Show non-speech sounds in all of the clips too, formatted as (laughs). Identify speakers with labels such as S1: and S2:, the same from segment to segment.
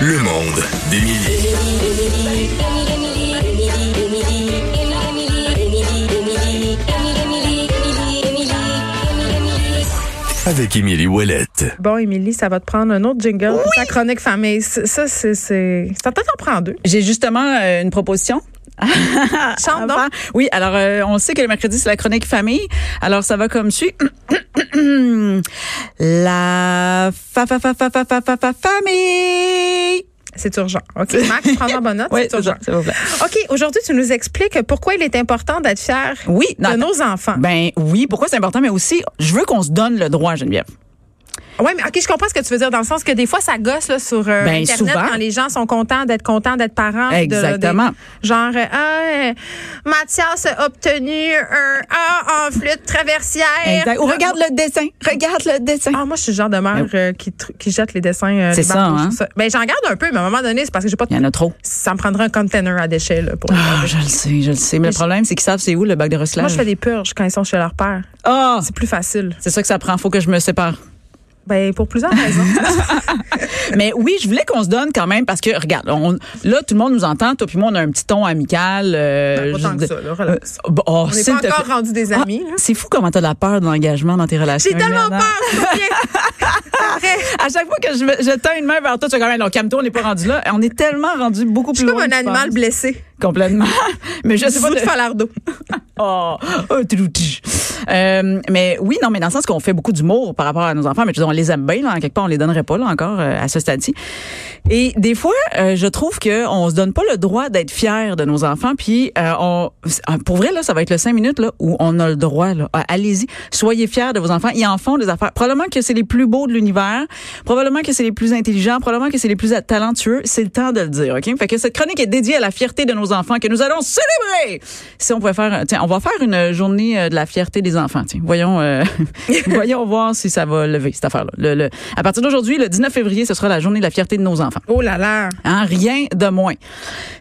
S1: Le monde d'Émilie. Avec Émilie Ouellette.
S2: Bon, Émilie, ça va te prendre un autre jingle pour ta chronique famille. C- Ça, c'est. c'est- Ça peut en prendre deux.
S3: J'ai justement euh, une proposition.
S2: Chante donc.
S3: Avant- Oui, alors euh, on sait que le mercredi c'est la chronique famille. Alors ça va comme suit. (clears throat) la fa fa fa fa fa fa fa fa famille.
S2: C'est urgent. OK.
S3: (laughs)
S2: Max, prends en bonne note.
S3: Oui,
S2: c'est urgent.
S3: s'il vous plaît.
S2: OK. Aujourd'hui, tu nous expliques pourquoi il est important d'être fier
S3: Oui, non,
S2: de
S3: attends.
S2: nos enfants.
S3: Ben oui, pourquoi c'est important mais aussi je veux qu'on se donne le droit Geneviève.
S2: Oui, mais OK, je comprends ce que tu veux dire dans le sens que des fois, ça gosse là, sur euh,
S3: Ben,
S2: Internet
S3: souvent.
S2: quand les gens sont contents d'être contents d'être parents. puis de-
S3: Exactement.
S2: des- genre, euh, ah, euh, Mathias a obtenu un A en flûte traversière.
S3: Exact. Ou regarde le dessin, regarde le dessin.
S2: Ah, moi, je suis le genre de mère euh, qui, tr- qui jette les dessins. euh,
S3: C'est
S2: les barreaux,
S3: ça, hein?
S2: je trouve Ben, j'en garde un peu, mais à un moment donné, c'est parce que j'ai pas de.
S3: Il y en a trop.
S2: Ça me prendrait un container à déchets, là, pour.
S3: Ah, je le sais, je le sais. Mais le problème, c'est qu'ils savent c'est où le bac de recyclage.
S2: Moi, je fais des purges quand ils sont chez leur père.
S3: Ah,
S2: C'est plus facile.
S3: c'est ça que ça prend. Faut que je me sépare.
S2: Ben, pour plusieurs raisons.
S3: Mais oui, je voulais qu'on se donne quand même parce que regarde, on- là tout le monde nous entend, toi puis moi on a un petit ton amical. euh,
S2: Ben, pas tant
S3: je-
S2: que ça, là, relax.
S3: Euh, bon, oh,
S2: On n'est
S3: s'il
S2: pas
S3: te
S2: encore
S3: plaît.
S2: rendus des
S3: Ah,
S2: amis, là.
S3: c'est fou comment t'as de la peur de l'engagement dans tes relations.
S2: J'ai tellement
S3: humaines,
S2: peur,
S3: hein.
S2: je
S3: (laughs)
S2: reviens. Arrête.
S3: À chaque fois que je, me- je tends une main vers toi, tu es quand même, non, calme-toi, on n'est pas rendu là. On est tellement rendu beaucoup
S2: Je suis
S3: plus
S2: comme
S3: loin.
S2: un
S3: que tu
S2: animal
S3: penses.
S2: blessé.
S3: Complètement. (laughs) Mais je sais pas.
S2: Vous de
S3: de-
S2: Falardeau.
S3: (laughs) Oh, euh, tou- tou- Euh, mais oui, non, mais dans le sens qu'on fait beaucoup d'humour par rapport à nos enfants, mais je veux dire, on les aime bien, là, en quelque part, on les donnerait pas là encore euh, à ce stade-ci. Et des fois, euh, je trouve que on se donne pas le droit d'être fier de nos enfants, puis euh, on, c'est- ah, pour vrai là, ça va être le cinq minutes là où on a le droit là. Ah, Allez-y, soyez fiers de vos enfants. Ils en font des affaires. Probablement que c'est les plus beaux de l'univers, probablement que c'est les plus intelligents, probablement que c'est les plus talentueux. C'est le temps de le dire, ok Fait que cette chronique est dédiée à la fierté de nos enfants que nous allons célébrer. Si on pouvait faire, euh, tiens, on va faire une journée euh, de la fierté des enfants. Tiens, voyons, euh, (laughs) voyons voir si ça va lever cette affaire-là. Le- le- à partir d'aujourd'hui, le 19 février, ce sera la journée de la fierté de nos enfants.
S2: Oh là là.
S3: Hein, rien de moins.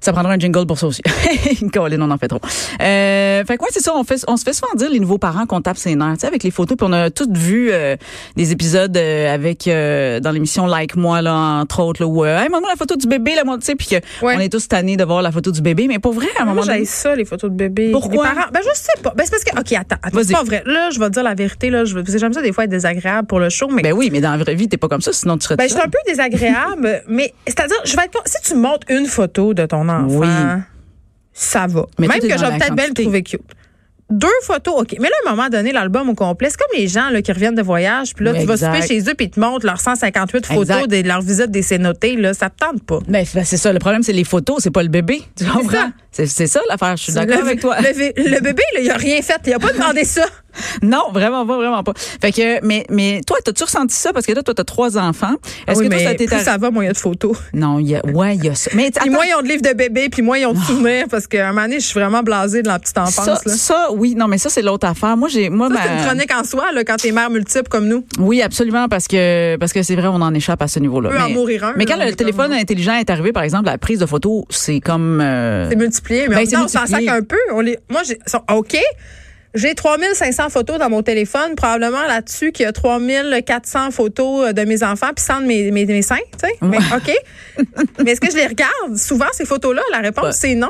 S3: Ça prendra un jingle pour ça aussi. (laughs) Colin, on en fait trop. Euh, fait quoi, c'est ça, on, fait, on se fait souvent dire, les nouveaux parents, qu'on tape ses nerfs, tu sais, avec les photos. Puis on a toutes vu euh, des épisodes euh, avec, euh, dans l'émission Like Moi, là, entre autres, là, où, euh, Hey, maman, la photo du bébé, là, moi, tu sais, puis que
S2: Ouais. Ah,
S3: on est tous tannés de voir la photo du bébé. Mais pour vrai, à un
S2: Moi,
S3: moment
S2: j'aille
S3: donné...
S2: ça, les photos de bébés.
S3: Pourquoi?
S2: Les parents- Ben, je sais pas. Ben, c'est parce que, OK, attends, attends,
S3: Vas-y.
S2: c'est pas vrai. Là, je vais te dire la vérité, là. Je... veux- C'est j'aime ça, des fois, être désagréable pour le show, mais.
S3: Ben oui, mais dans la vraie vie, t'es pas comme ça, sinon tu serais
S2: Ben,
S3: tout
S2: je suis un
S3: seul.
S2: peu désagréable, (laughs) mais c'est-à-dire, je vais être pas. Si tu montes une photo de ton enfant,
S3: Oui.
S2: ça va.
S3: Mais
S2: Même que
S3: tout est dans
S2: j'aurais
S3: la
S2: peut-être bien le
S3: quantité.
S2: trouver cute. Deux photos, OK. Mais là, à un moment donné, l'album au complet, c'est comme les gens là, qui reviennent de voyage, puis là,
S3: Oui,
S2: tu vas
S3: exact.
S2: souper chez eux, puis ils te montrent leurs 158 photos
S3: Exact.
S2: de leur visite des cénotés, là. Ça te tente pas.
S3: Ben, c'est- ben, c'est ça, le problème, c'est les photos, c'est pas le bébé. Tu comprends? C'est c'est ça l'affaire, je suis d'accord
S2: Le- (laughs)
S3: avec toi.
S2: Le, bé- le bébé, là, il a rien fait. Il a pas demandé ça.
S3: Non, vraiment pas, vraiment pas. Fait que, mais, mais toi, t'as-tu ressenti ça? Parce que là, toi, t'as trois enfants.
S2: Ah
S3: Est-ce
S2: Oui,
S3: que toi,
S2: mais
S3: ça t'est
S2: plus
S3: arrivé?
S2: ça va, moins il y a de photos.
S3: Non, il y a, ouais, il y a ça. Mais
S2: Puis
S3: attends, Ah.
S2: moins ils ont de livres de bébé, puis moins ils ont de souvenirs, parce qu'à un moment donné, je suis vraiment blasée de la petite enfance.
S3: ça,
S2: là.
S3: ça, oui, non, mais ça, c'est l'autre affaire. Moi, j'ai, moi,
S2: Ça, c'est
S3: ma-
S2: une chronique en soi, là, quand t'es mère multiple comme nous.
S3: oui, absolument, parce que, parce que c'est vrai, on en échappe à ce niveau-là.
S2: peut en mourir un,
S3: mais
S2: là,
S3: quand
S2: on est
S3: le téléphone
S2: comme-
S3: intelligent est arrivé, par exemple, la prise de photo, c'est comme, euh,
S2: C'est multiplié, mais
S3: Ben,
S2: en même
S3: c'est
S2: temps, on s'en sac
S3: multiplié.
S2: un peu. On les... Moi, j'ai. sont- OK. J'ai 3500 photos dans mon téléphone, probablement là-dessus qu'il y a 3400 photos euh, de mes enfants, puis 100 de mes, mes, mes seins, tu sais. Mais OK. mais est-ce que je les regarde souvent, ces photos-là? La réponse,
S3: Ouais.
S2: c'est non.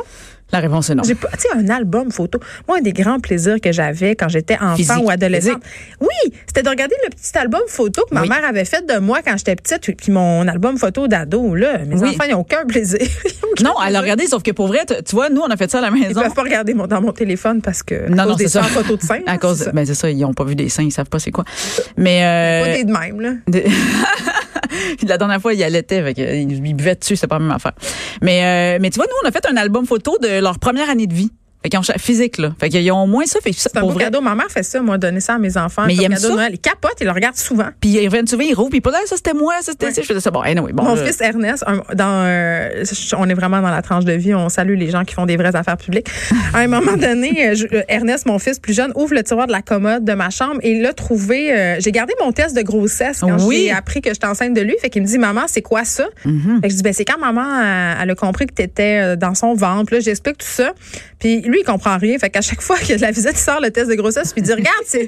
S3: la réponse est non.
S2: J'ai pas, tu sais, un album photo. Moi, un des grands plaisirs que j'avais quand j'étais enfant
S3: Physique.
S2: ou adolescente, oui, c'était de regarder le petit album photo que ma
S3: Oui.
S2: mère avait fait de moi quand j'étais petite, puis mon album photo d'ado. Là, mes
S3: Oui.
S2: enfants, ils n'ont aucun plaisir. (laughs) Ils ont aucun-
S3: Non, alors regardez, sauf que pour vrai, tu tu vois, nous, on a fait ça à la
S2: Ils
S3: maison.
S2: peuvent pas regarder mon, dans mon téléphone parce que à
S3: Non,
S2: cause
S3: non,
S2: des
S3: c'est ça.
S2: photos de scène.
S3: (laughs) À cause,
S2: c'est ça.
S3: ben c'est ça, ils ont pas vu des seins, ils savent pas c'est quoi. Mais euh,
S2: Pas des de même, là.
S3: De- Puis la dernière fois, il allaitait, fait que, euh, il buvait dessus, c'est pas la même affaire. Mais, euh, mais tu vois, nous, on a fait un album photo de leur première année de vie. Fait qu'ils ont cha- physique, là. Fait qu'ils ont au moins ça, fait que ça,
S2: C'est un
S3: pour
S2: beau
S3: vrai.
S2: cadeau. Ma mère fait ça, moi, donner ça à mes enfants.
S3: Mais ils
S2: comme
S3: aiment
S2: cadeau de
S3: ça?
S2: Noël. Ils capotent, ils le regardent souvent.
S3: Puis ils reviennent souvent, ils rouvent, puis pas là, ça c'était moi, ça c'était
S2: Ouais.
S3: ça. Je faisais ça. Bon, anyway, bon.
S2: Mon
S3: là.
S2: fils Ernest, un- dans, euh, on est vraiment dans la tranche de vie. On salue les gens qui font des vraies affaires publiques. À un moment donné, euh, je- euh, Ernest, mon fils plus jeune, ouvre le tiroir de la commode de ma chambre et il l'a trouvé. euh, j'ai gardé mon test de grossesse quand
S3: Oui. Mm-hmm.
S2: j'ai appris que j'étais enceinte de lui. Fait qu'il me dit, maman, c'est quoi ça? Fait que je dis, ben, c'est quand maman, euh, elle a compris que t'étais euh, dans son ventre. Là, j'explique tout ça. Puis lui, il comprend rien. Fait qu'à chaque fois qu'il y a de la visite, il sort le test de grossesse puis il dit Regarde, c'est,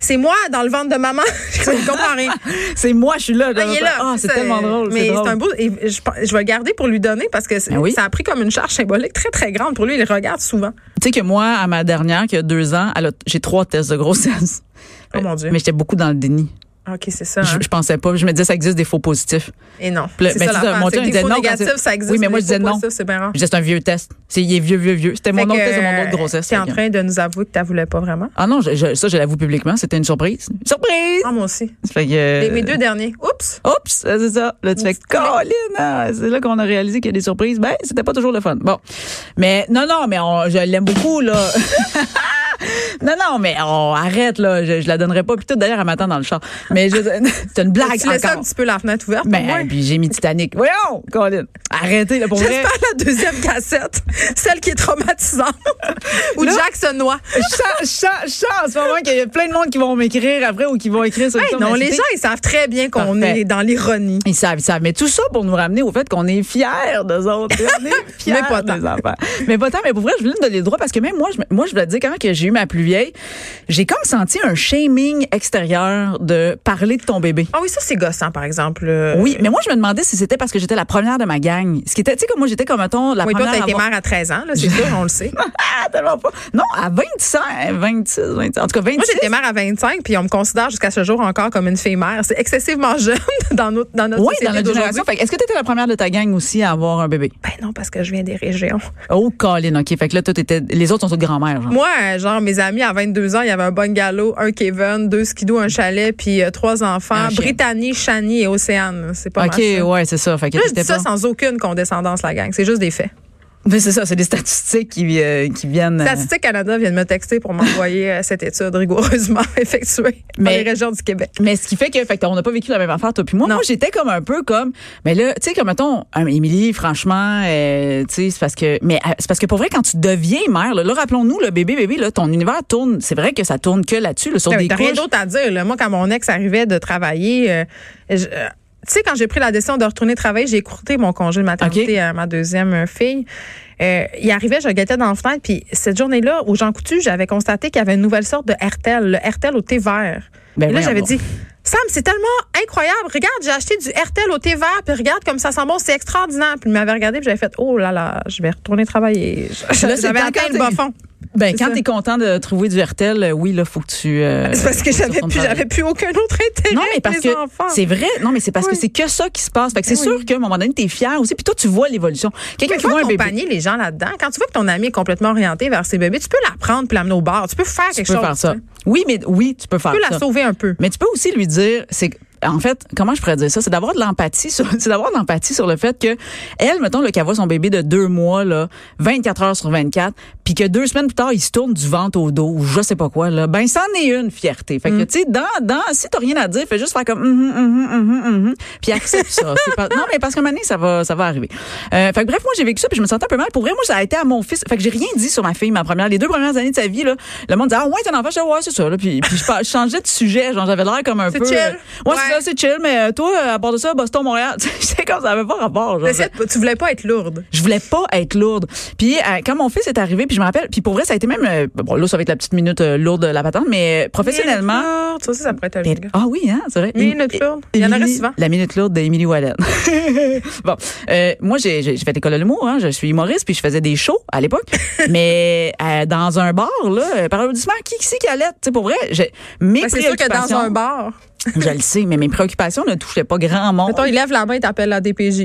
S2: c'est moi dans le ventre de maman. (laughs) il comprend rien.
S3: C'est moi, je suis là.
S2: Ah, il est là.
S3: Ah, c'est
S2: Ça,
S3: tellement drôle.
S2: Mais
S3: drôle.
S2: c'est un beau. et je, je vais le garder pour lui donner parce que c'est-
S3: Ben oui.
S2: ça a pris comme une charge symbolique très, très grande. Pour lui, il le regarde souvent. Oh
S3: Tu sais que moi, à ma dernière, qui a deux ans, elle a- j'ai trois tests de grossesse.
S2: Oh, mon Dieu.
S3: Ben, Mais j'étais beaucoup dans le déni.
S2: OK, c'est ça. hein.
S3: Je, je pensais pas. Je me disais, ça existe des faux positifs.
S2: Et non.
S3: Puis là,
S2: c'est
S3: ben,
S2: ça,
S3: c'est ça,
S2: l'affaire,
S3: mon
S2: c'est
S3: chum,
S2: que
S3: il
S2: des
S3: disait
S2: faux
S3: non quand
S2: négatifs,
S3: c'est-
S2: ça existe.
S3: Oui, mais moi,
S2: des
S3: je disais
S2: faux
S3: non.
S2: positifs, C'est bien rare.
S3: Je disais, c'est un vieux test. C'est, il est vieux, vieux, vieux. C'était mon
S2: Fait
S3: autre
S2: que,
S3: test, c'est mon autre grossesse.
S2: T'es en
S3: Fait que-
S2: train de nous avouer que tu voulais pas vraiment.
S3: Ah non, je- je- ça, je l'avoue publiquement, c'était une surprise. Surprise!
S2: Ah, moi aussi.
S3: Fait que-
S2: Les- mes deux derniers. Oups!
S3: Oups, euh, c'est ça. Là, tu fais Colin, ah, c'est là qu'on a réalisé qu'il y a des surprises. Ben, c'était pas toujours le fun. Bon. Mais non, non, mais on- je l'aime beaucoup, là. (laughs) non, non, mais on arrête, là. Je, je la donnerai pas. Puis tout, d'ailleurs, elle m'attend dans le char. Mais je- (laughs) c'est une blague,
S2: Tu laisses un
S3: Ah, encore.
S2: petit peu la fenêtre ouverte.
S3: Mais,
S2: au moins.
S3: puis j'ai mis Titanic. Voyons, Colin. Arrêtez, là, pour vrai.
S2: J'espère la deuxième cassette, (laughs) celle qui est traumatisante, (laughs) où
S3: Là-
S2: Jack se noie.
S3: Je sens- je sens je sens en ce moment qu'il y a plein de monde qui vont m'écrire après ou qui vont écrire sur le
S2: Hey,
S3: ton de
S2: non,
S3: la
S2: les
S3: cité.
S2: gens, ils savent très bien qu'on
S3: Parfait.
S2: est dans l'ironie.
S3: Ils savent, ils savent. Mais tout ça pour nous ramener au fait qu'on est fiers d'eux autres.
S2: (laughs)
S3: On est fiers
S2: Mais pas tant.
S3: des enfants. Mais pas tant. Mais pour vrai, je voulais me donner le droit parce que même moi, je, me- moi, je voulais te dire quand même que j'ai eu ma plus vieille, j'ai comme senti un shaming extérieur de parler de ton bébé.
S2: Ah oui, ça, c'est gossant, par exemple. Euh,
S3: Oui, mais moi, je me demandais si c'était parce que j'étais la première de ma gang. Ce qui était, tu sais, comme moi, j'étais comme, mettons, la
S2: Oui, toi,
S3: première.
S2: t'as
S3: à
S2: été
S3: avoir-
S2: mère à 13 ans, là,
S3: (laughs)
S2: c'est sûr, on le sait. Moi,
S3: Ah, tellement pas. Non, à 25, 26, 27. En tout cas, 26.
S2: j'étais mère à 25, puis on me considère jusqu'à ce jour encore comme une fille mère. C'est excessivement (laughs) jeune dans notre, dans notre
S3: oui,
S2: société
S3: dans la
S2: d'aujourd'hui.
S3: génération. Fait que Est-ce que tu étais la première de ta gang aussi à avoir un bébé?
S2: Ben non, parce que je viens des régions. (laughs)
S3: Oh, Colin, OK. Fait que là, toi, t'étais- les autres sont toutes grand-mères, genre.
S2: Moi, euh, genre, mes amis à 22 ans, il y avait un bungalow, un Kevin, deux skidoo, un chalet, puis euh, trois enfants,
S3: Un chien.
S2: Brittany, Shani et Océane. C'est pas
S3: OK,
S2: mal. ça.
S3: ouais, c'est ça. Fait que
S2: Là, je
S3: t'étais
S2: dis ça
S3: pas-
S2: sans aucune condescendance, la gang. C'est juste des faits.
S3: Mais c'est ça, c'est des statistiques qui, euh, qui viennent. euh,
S2: Statistique Canada vient de me texter pour m'envoyer euh, cette étude rigoureusement (laughs) effectuée dans
S3: Mais-
S2: les régions du Québec.
S3: Mais ce qui fait que, fait que on n'a pas vécu la même affaire, toi puis moi.
S2: Non.
S3: Moi, j'étais comme un peu comme, mais là, tu sais, comme mettons, hum, Émilie, franchement, euh, tu sais, c'est parce que, mais euh, c'est parce que pour vrai, quand tu deviens mère, là, là, rappelons-nous, le bébé, bébé, là, ton univers tourne, c'est vrai que ça tourne que là-dessus, là, sur
S2: Ah oui,
S3: des
S2: T'as rien
S3: couches.
S2: d'autre à dire. là. Moi, quand mon ex arrivait de travailler, euh, je- euh, tu sais, quand j'ai pris la décision de retourner travailler, j'ai écourté mon congé de maternité
S3: Ok.
S2: à ma deuxième euh, fille. Euh, il arrivait, je le guettais dans la fenêtre, puis cette journée-là, au Jean Coutu, j'avais constaté qu'il y avait une nouvelle sorte de hertel, le hertel au thé vert.
S3: Ben
S2: Et là,
S3: voyons
S2: j'avais
S3: donc.
S2: dit, Sam, c'est tellement incroyable. Regarde, j'ai acheté du hertel au thé vert, puis regarde comme ça sent bon, c'est extraordinaire. Puis il m'avait regardé, puis j'avais fait, oh là là, je vais retourner travailler.
S3: Là,
S2: (laughs)
S3: c'est
S2: J'avais
S3: quand
S2: atteint le
S3: t'es-
S2: bas
S3: (laughs)
S2: fond.
S3: Ben,
S2: C'est
S3: quand
S2: ça.
S3: t'es content de trouver du vertel, euh, oui, là, faut que tu. euh,
S2: C'est parce que
S3: faut
S2: j'avais
S3: retournes
S2: plus,
S3: travailler.
S2: j'avais plus aucun autre intérêt
S3: Non, mais parce
S2: les
S3: que
S2: enfants.
S3: c'est vrai. Non, mais c'est parce
S2: Oui.
S3: que c'est que ça qui se passe. Fait que c'est
S2: Oui.
S3: sûr qu'à un moment donné, t'es fier aussi. Puis toi, tu vois l'évolution. Quelqu'un
S2: Mais
S3: qui
S2: faut
S3: voit un bébé.
S2: accompagner les gens là-dedans. Quand tu vois que ton ami est complètement orienté vers ses bébés, tu peux la prendre puis l'amener au bar. Tu peux faire quelque
S3: tu peux
S2: chose.
S3: faire ça.
S2: Tu
S3: Oui, mais oui, tu peux faire
S2: peux la
S3: ça.
S2: sauver un peu.
S3: Mais tu peux aussi lui dire, c'est en fait, comment je pourrais dire ça, c'est d'avoir de l'empathie sur, (laughs) c'est d'avoir de l'empathie sur le fait que elle, mettons le qu'elle voit son bébé de deux mois là, 24 heures sur 24, puis que deux semaines plus tard il se tourne du ventre au dos, ou je sais pas quoi là, ben c'en est une fierté. Fait que
S2: Mm.
S3: tu sais, dans, dans, si t'as rien à dire, fais juste faire comme, Mhm, mhm, mhm, mhm puis
S2: (laughs)
S3: accepte ça. C'est pas- non mais parce qu'à un moment donné, ça va, ça va arriver. Euh, fait que bref, moi j'ai vécu ça, puis je me sentais un peu mal. Pour vrai, moi ça a été à mon fils. Fait que j'ai rien dit sur ma fille, ma première, les deux premières années de sa vie là. Le monde disait ah ouais t'es un enfant, je disais, ouais c'est ça là. Puis, puis je, par- je changeais de sujet, genre j'avais l'air comme un
S2: C'est
S3: peu,
S2: chill.
S3: euh, ouais,
S2: Ouais.
S3: c'est ça, c'est chill, mais euh, toi, euh, à part de ça, Boston, Montréal, (laughs) tu sais, j'étais comme ça avait pas rapport. Genre,
S2: T'essaies de- Tu voulais pas être lourde.
S3: je voulais pas être lourde. Puis euh, quand mon fils est arrivé, puis je me rappelle, puis pour vrai, ça a été même, euh, bon là, ça va être la petite minute euh, lourde de la patente, mais euh, professionnellement.
S2: Minute lourde. Ça aussi, ça pourrait être un
S3: Minute-
S2: jingle.
S3: Ah oui, hein, c'est vrai.
S2: Minute
S3: Émi-
S2: lourde. Il y en aurait
S3: Émilie-
S2: souvent.
S3: La minute lourde d'Émilie Wallen. (laughs) bon, euh, moi, j'ai, j'ai j'ai fait école de l'humour, hein, je suis humoriste, puis je faisais des shows
S2: (laughs)
S3: à l'époque. mais euh, dans un bar, là, euh, par applaudissement, qui, qui c'est qui allait? Tu sais, pour vrai, j'ai, mes
S2: Ben, C'est sûr que dans
S3: préoccupations-
S2: un bar,
S3: (laughs) Je le sais, mais mes préoccupations ne touchaient pas grand monde.
S2: mettons, il lève la main et t'appelle la
S3: (laughs)
S2: DPJ.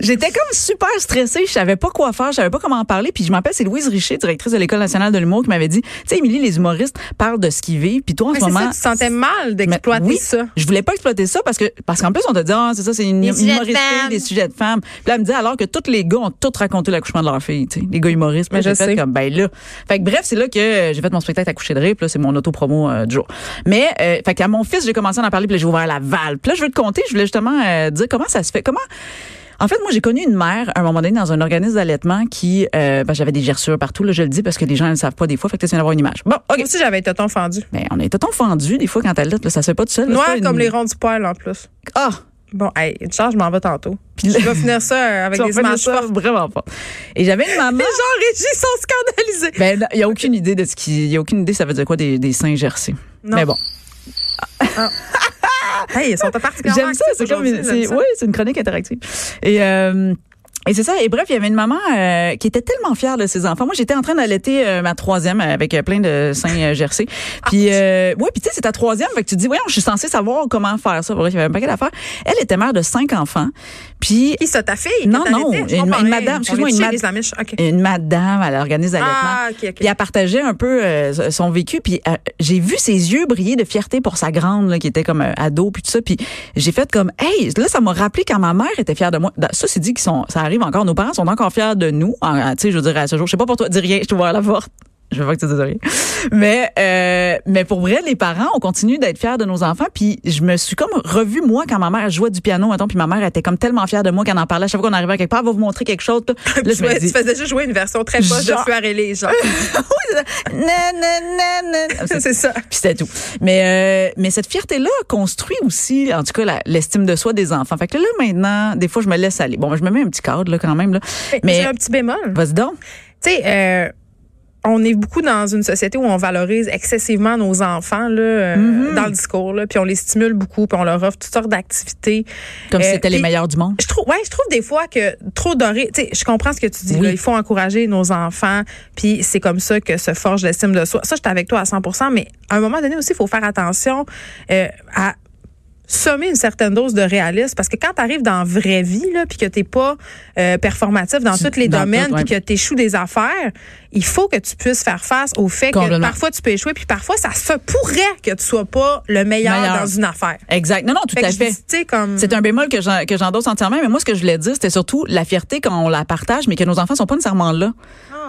S3: J'étais comme super stressée, je savais pas quoi faire, je savais pas comment en parler. Puis je m'appelle, c'est Louise Richer, directrice de l'École nationale de l'humour, qui m'avait dit, tu sais, Émilie, les humoristes parlent de ce qu'ils vivent. Puis toi, en
S2: Mais
S3: ce
S2: c'est ça,
S3: moment,
S2: tu te sentais mal
S3: Mais
S2: d'exploiter
S3: oui,
S2: ça.
S3: Je voulais pas exploiter ça parce que parce qu'en plus on te dit ah c'est ça c'est une
S2: Des sujets de
S3: humoriste
S2: femmes.
S3: des sujets de femmes. Puis là elle me dit alors que tous les gars ont tout raconté l'accouchement de leur fille, tu sais, les gars humoristes. Puis
S2: Mais
S3: là,
S2: je
S3: j'ai fait
S2: sais.
S3: comme ben là. Fait que bref, c'est là que euh, j'ai fait mon spectacle accouché de rire, puis là c'est mon auto promo du jour. Mais euh, fait qu'à mon fils, j'ai commencé à en parler, puis là, j'ai ouvert la valve. Puis là je veux te compter, je voulais justement euh, dire comment ça se fait, comment en fait, moi, j'ai connu une mère à un moment donné dans un organisme d'allaitement qui, euh, ben, j'avais des gerçures partout. Là, je le dis parce que les gens ne le savent pas des fois. Fait que là, tu viens d'avoir une image. Bon, ok.
S2: Moi aussi, j'avais été ton fendu.
S3: Ben, on est autant fendu des fois quand t'allaites. là, Ça se fait pas tout seul. là, c'est
S2: Noir
S3: pas une-
S2: comme les ronds du poil, en plus.
S3: ah,
S2: Bon, hey, Charles, je m'en vais tantôt.
S3: Puis
S2: Je
S3: là-
S2: vais finir ça avec
S3: (laughs) Tu vas
S2: des
S3: faire
S2: images
S3: ça
S2: fortes.
S3: vraiment pas. Et j'avais une
S2: (laughs) Les
S3: maman.
S2: gens en régie sont scandalisés.
S3: Ben, il y a aucune idée de ce qui, il y a aucune idée ça veut dire quoi des, des seins gercés.
S2: Non.
S3: Mais bon,
S2: Hey, ils sont pas particulièrement
S3: j'aime ça.
S2: actifs
S3: C'est comme,
S2: aujourd'hui,
S3: une-
S2: j'aime
S3: c'est,
S2: ça.
S3: oui, c'est une chronique interactive. Et euh, et c'est ça. Et bref, il y avait une maman euh, qui était tellement fière de ses enfants. Moi, j'étais en train d'allaiter euh, ma troisième avec euh, plein de seins euh, gercés.
S2: Ah,
S3: Puis euh, ouais, puis tu sais, c'est ta troisième, fait que tu te dis, voyons, je suis censée savoir comment faire ça. Bref, il y avait un paquet d'affaires. Elle était mère de cinq enfants. Puis
S2: Qui ça, ta fille?
S3: Non,
S2: que
S3: non,
S2: t'arrêtais? Je
S3: une-
S2: comprends
S3: une
S2: rien.
S3: madame,
S2: On
S3: excuse-moi,
S2: vient
S3: une
S2: de chez
S3: mad-
S2: les islamistes. OK.
S3: une madame, elle organise l'allaitement.
S2: Ah, OK, OK.
S3: Puis elle partageait un peu euh, son- son vécu. Puis euh, j'ai vu ses yeux briller de fierté pour sa grande, là, qui était comme euh, ado, puis tout ça. Puis j'ai fait comme, hey, là, ça m'a rappelé quand ma mère était fière de moi. Dans- Ça, c'est dit qu'ils sont, ça arrive encore. Nos parents sont encore fiers de nous. en- en- Tu sais, je veux dire, à ce jour, je sais pas pour toi, dis rien, je te vois à la porte. (laughs) Je veux pas que tu dises rien. Mais, euh, mais pour vrai, les parents, on continue d'être fiers de nos enfants. Puis je me suis comme revue, moi, quand ma mère jouait du piano, mettons, puis ma mère était comme tellement fière de moi qu'elle en parlait. À chaque fois qu'on arrivait à quelque part, elle va vous montrer
S2: (laughs)
S3: quelque chose. Là, Là, je
S2: Tu,
S3: me
S2: fais-
S3: dis,
S2: tu faisais juste jouer une version très poche de
S3: Genre-
S2: Fuir et les gens.
S3: Na, na, na, na. Ah, (laughs) c'est-
S2: c'est ça.
S3: Puis c'était tout. Mais, euh, mais cette fierté-là construit aussi, en tout cas, la- l'estime de soi des enfants. Fait que là, maintenant, des fois, je me laisse aller. Bon, je me mets un petit cadre, là, quand même, là.
S2: Mais j'ai
S3: Mais,
S2: un petit bémol.
S3: vas-y donc.
S2: Tu sais, euh, on est beaucoup dans une société où on valorise excessivement nos enfants là, euh,
S3: Mm-hmm.
S2: dans le discours, là, puis on les stimule beaucoup, puis on leur offre toutes sortes d'activités.
S3: Comme si
S2: Euh,
S3: c'était les
S2: puis-
S3: meilleurs du monde.
S2: Je trouve, ouais, je trouve des fois que trop doré. Tu sais, je comprends ce que tu dis.
S3: Oui.
S2: là. il faut encourager nos enfants, puis c'est comme ça que se forge l'estime de soi. Ça, je suis avec toi à 100 mais à un moment donné aussi, il faut faire attention euh, à sommer une certaine dose de réalisme parce que quand tu arrives dans la vraie vie là puis que t'es pas euh, performatif dans
S3: Tu-
S2: tous les
S3: dans
S2: domaines
S3: tout, ouais.
S2: puis que t'échoues des affaires, il faut que tu puisses faire face au fait que
S3: Complètement.
S2: parfois tu peux échouer puis parfois ça se pourrait que tu sois pas le meilleur,
S3: Meilleur.
S2: dans une affaire.
S3: Exact. Non, non, tout
S2: Fait que
S3: à
S2: je
S3: fait.
S2: dis, hmm. tu sais, comme
S3: C'est un bémol que j'en- que j'endosse entièrement, mais moi, ce que je voulais dire, c'était surtout la fierté quand on la partage, mais que nos enfants sont pas nécessairement là.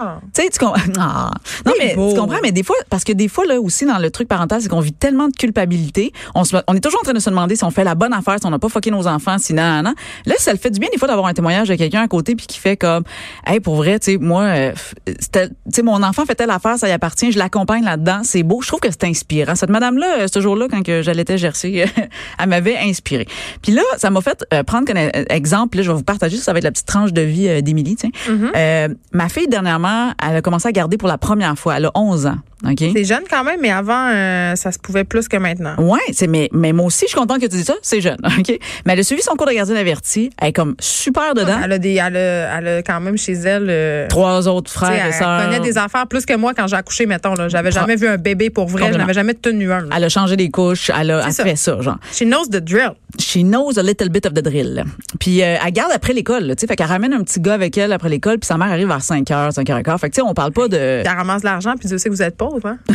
S2: Ah.
S3: Tu sais, tu comprends. (laughs) Ah. Non,
S2: Oui,
S3: mais
S2: beau.
S3: tu comprends, mais des fois, parce que des fois, là aussi, dans le truc parental, c'est qu'on vit tellement de culpabilité. On, se- on est toujours en train de se demander si on fait la bonne affaire, si on n'a pas fucké nos enfants, si nan, nan, nan. Là, ça le fait du bien, des fois, d'avoir un témoignage de quelqu'un à côté, puis qui fait comme, hey, pour vrai, tu sais, moi, euh, c'était- tu sais, mon enfant fait telle affaire, ça y appartient, je l'accompagne là-dedans, c'est beau. Je trouve que c'est inspirant. Cette madame-là, euh, ce jour-là, quand que j'allaitais gercer, euh, (laughs) elle m'avait inspirée. Puis là, ça m'a fait euh, prendre un exemple, là, je vais vous partager, ça va être la petite tranche de vie euh, d'Émilie, tiens.
S2: Mm-hmm.
S3: Euh, ma fille, dernièrement, elle a commencé à garder pour la première fois. Elle a 11 ans. OK?
S2: C'est jeune quand même, mais avant, euh, ça se pouvait plus que maintenant.
S3: Ouais, c'est mais, mais moi aussi, je suis contente que tu dis ça. C'est jeune, (laughs) ok. Mais elle a suivi son cours de gardienne avertie. Elle est comme super dedans.
S2: Elle a, des, elle, a, elle a quand même chez elle. euh,
S3: Trois autres
S2: tu sais,
S3: frères et
S2: elle
S3: sœurs.
S2: connaît des affaires plus que moi quand j'ai accouché, mettons. Là. J'avais
S3: Pro-
S2: jamais vu un bébé pour vrai. Je
S3: Complètement.
S2: n'avais jamais tenu un. là.
S3: Elle a changé des couches. Elle a, elle
S2: ça.
S3: fait ça, genre.
S2: She knows the drill.
S3: she knows a little bit of the drill. Puis euh, elle garde après l'école, là, tu sais, fait qu'elle ramène un petit gars avec elle après l'école, puis sa mère arrive vers 5h, 5h15. Fait que tu sais, on parle pas de
S2: Elle ramasse de l'argent, puis Dieu sait que vous êtes pauvre. Hein?
S3: Ah,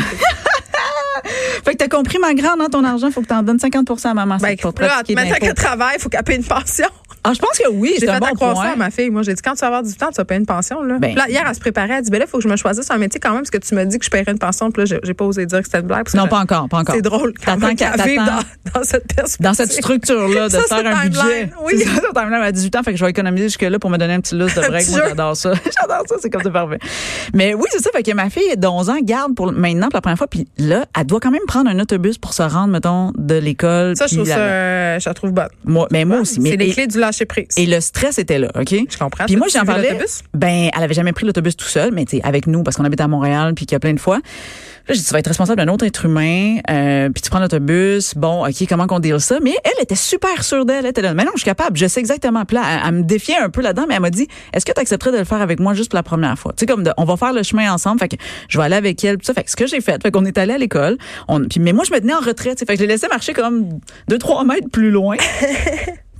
S3: Fait que t'as compris ma grande, hein, ton argent, faut que t'en donnes 50 à maman,
S2: Ben,
S3: c'est pour
S2: là,
S3: pratiquer
S2: maintenant
S3: d'impôt.
S2: qu'elle travaille, il faut qu'elle paye une pension.
S3: Ah, je pense que oui,
S2: J'ai
S3: c'est
S2: fait
S3: un bon
S2: à croire ça
S3: point.
S2: à ma fille. Moi, j'ai dit, quand tu vas avoir 18 ans, tu vas payer une pension. Là.
S3: Ben.
S2: Puis là, hier, elle se préparait. Elle dit, ben là, il faut que je me choisisse un métier quand même, parce que tu me dis que je paierais une pension. Puis là, j'ai, j'ai pas osé dire que c'était une blague. parce que
S3: Non,
S2: je-
S3: pas encore, pas encore.
S2: C'est drôle quand
S3: T'attends
S2: même qu'elle
S3: qu'elle-
S2: vive
S3: t'attends-
S2: dans, dans cette perspective.
S3: Dans cette structure-là, de
S2: Ça, c'est
S3: faire un
S2: timeline,
S3: budget.
S2: oui.
S3: C'est ça, ça, (laughs) timeline à 18 ans, fait que je vais économiser jusque-là pour me donner un petit lustre de break.
S2: petit
S3: Moi,
S2: jeu.
S3: j'adore ça. (laughs) j'adore ça, c'est comme c'est parfait. Mais oui, c'est ça, fait que ma fille de 11 ans garde pour maintenant pour la première fois, puis là, elle doit quand même prendre un autobus pour se rendre, mettons, de l'école.
S2: Ça, je
S3: puis
S2: trouve
S3: la-
S2: ça, euh, je la trouve bonne.
S3: Moi, mais moi aussi. Mais
S2: C'est les
S3: et-
S2: clés du lâcher prise.
S3: Et le stress était là, OK?
S2: Je comprends.
S3: Puis moi,
S2: T'as-tu
S3: j'en
S2: vu
S3: parlais.
S2: l'autobus?
S3: Ben, elle avait jamais pris l'autobus tout seul, mais tu sais, avec nous, parce qu'on habite à Montréal, puis qu'il y a plein de fois. Là, j'ai dit, tu vas être responsable d'un autre être humain, euh, puis tu prends l'autobus. Bon, OK, comment qu'on deal ça? Mais elle était super sûre d'elle. Elle était là, mais non, je suis capable, je sais exactement. Puis là, elle, elle me défiait un peu là-dedans, mais elle m'a dit, est-ce que tu accepterais de le faire avec moi juste pour la première fois? Tu sais, comme, de, on va faire le chemin ensemble, fait que je vais aller avec elle, puis ça. Fait que ce que j'ai fait, fait qu'on est allé à l'école. On, puis, mais moi, je me tenais en retrait, tu sais. Fait que je l'ai laissé marcher comme deux, trois mètres plus loin.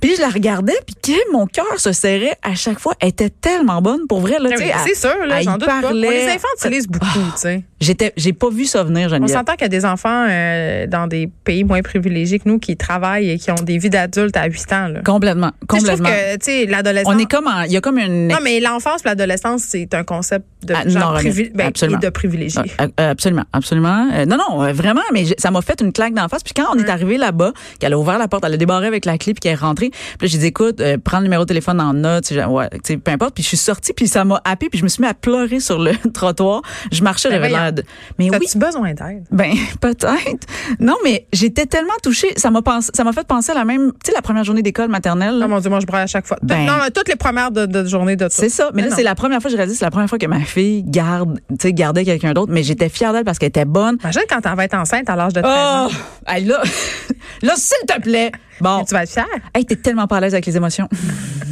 S3: Puis je la regardais, puis que mon cœur se serrait à chaque fois. Elle était tellement bonne, pour vrai. Là,
S2: Ben oui,
S3: tu sais,
S2: C'est
S3: elle-
S2: sûr, là,
S3: elle
S2: j'en
S3: y
S2: doute pas. On les
S3: ah, parlait. Ah.
S2: infantilise beaucoup, tu sais.
S3: J'étais, j'ai pas vu ça venir,
S2: On
S3: Geneviève.
S2: s'entend qu'il y a des enfants euh, dans des pays moins privilégiés que nous qui travaillent et qui ont des vies d'adultes à 8 ans. Là.
S3: Complètement,
S2: Tu sais, je
S3: complètement.
S2: trouve que, tu sais, l'adolescence.
S3: On est comme, en- il y a comme une
S2: Non, mais l'enfance et l'adolescence, c'est un concept de
S3: Ah,
S2: genre
S3: non,
S2: privi- ben,
S3: absolument.
S2: et de privilégié.
S3: Ah, ah, Absolument, absolument. Euh, non, non, euh, vraiment, mais j'ai- ça m'a fait une claque d'en face. Puis quand on est arrivé là-bas, qu'elle a ouvert la porte, elle a débarré avec la clé, puis qu'elle est rentrée, Puis là, j'ai dit, écoute, euh, prends le numéro de téléphone en note, tu sais, ouais, tu sais, peu importe. Puis je suis sortie, puis ça m'a happé, puis je me suis mis à pleurer sur le (laughs) trottoir. Je marchais,
S2: Ben
S3: j'avais
S2: voyons.
S3: l'air de... Mais oui,
S2: T'as-tu besoin d'aide?
S3: ben (laughs) peut-être. Non, mais j'étais tellement touchée, ça m'a pensé, ça m'a fait penser à la même, tu sais, la première journée d'école maternelle. là.
S2: Oh mon Dieu, moi, je braille à chaque fois. Tout-
S3: Ben-
S2: non, non, toutes les premières de, de journée de tout.
S3: C'est ça.
S2: Mais
S3: Mais là,
S2: Ah, non.
S3: c'est la première fois que je réalise, c'est la première fois que ma fille garde, tu sais, gardait quelqu'un d'autre. Mais j'étais fière d'elle parce qu'elle était bonne.
S2: Imagine quand t'en vas être enceinte à l'âge de 13
S3: Oh,
S2: ans.
S3: elle là, (laughs) là, s'il te plaît. Bon.
S2: Mais Tu vas être fière.
S3: Hey, t'es tellement pas à l'aise avec les émotions.
S2: (laughs)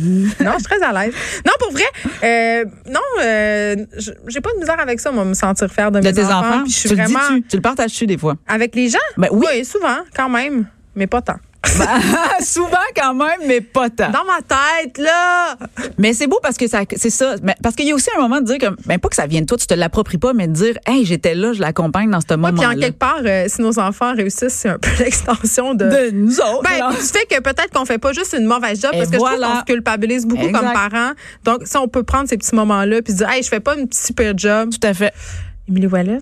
S2: Non, je suis très à l'aise. Non, pour vrai, euh, non, euh, j- j'ai pas de misère avec ça, moi, me sentir fière de,
S3: De
S2: mes
S3: tes enfants,
S2: enfants. puis je suis
S3: tu le
S2: vraiment
S3: dis-tu? Tu le partages-tu des fois?
S2: avec les gens.
S3: Ben oui.
S2: souvent, quand même, mais pas tant. Ah,
S3: Souvent quand même, mais pas tant.
S2: Dans ma tête, là.
S3: Mais c'est beau parce que ça, c'est ça. Mais parce qu'il y a aussi un moment de dire que, ben pas que ça vienne de toi, tu te l'appropries pas, mais de dire, hey, j'étais là, je l'accompagne dans ce
S2: Puis
S3: moment-là.
S2: en quelque part, euh, si nos enfants réussissent, c'est un peu (laughs) l'extension de.
S3: de nous autres.
S2: Ben,
S3: là.
S2: du fait que peut-être qu'on fait pas juste une mauvaise job
S3: Et
S2: parce que je
S3: voilà.
S2: trouve qu'on se culpabilise beaucoup
S3: Exact.
S2: comme parents. Donc, si on peut prendre ces petits moments-là puis se dire, hey, je fais pas une super job.
S3: Tout à fait.
S2: Émilie Wallet,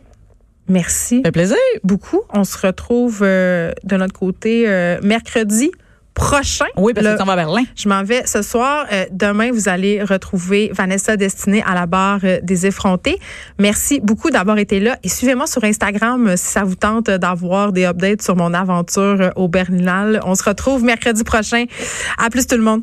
S2: merci
S3: Ça fait plaisir.
S2: beaucoup. On se retrouve euh, de notre côté euh, mercredi prochain.
S3: Oui, parce
S2: Le-
S3: que tu t'en vas à Berlin.
S2: je m'en vais ce soir. Euh, demain, vous allez retrouver Vanessa Destinée à la barre euh, des effrontés. Merci beaucoup d'avoir été là et suivez-moi sur Instagram euh, si ça vous tente euh, d'avoir des updates sur mon aventure euh, au Berlinale. On se retrouve mercredi prochain. À plus tout le monde.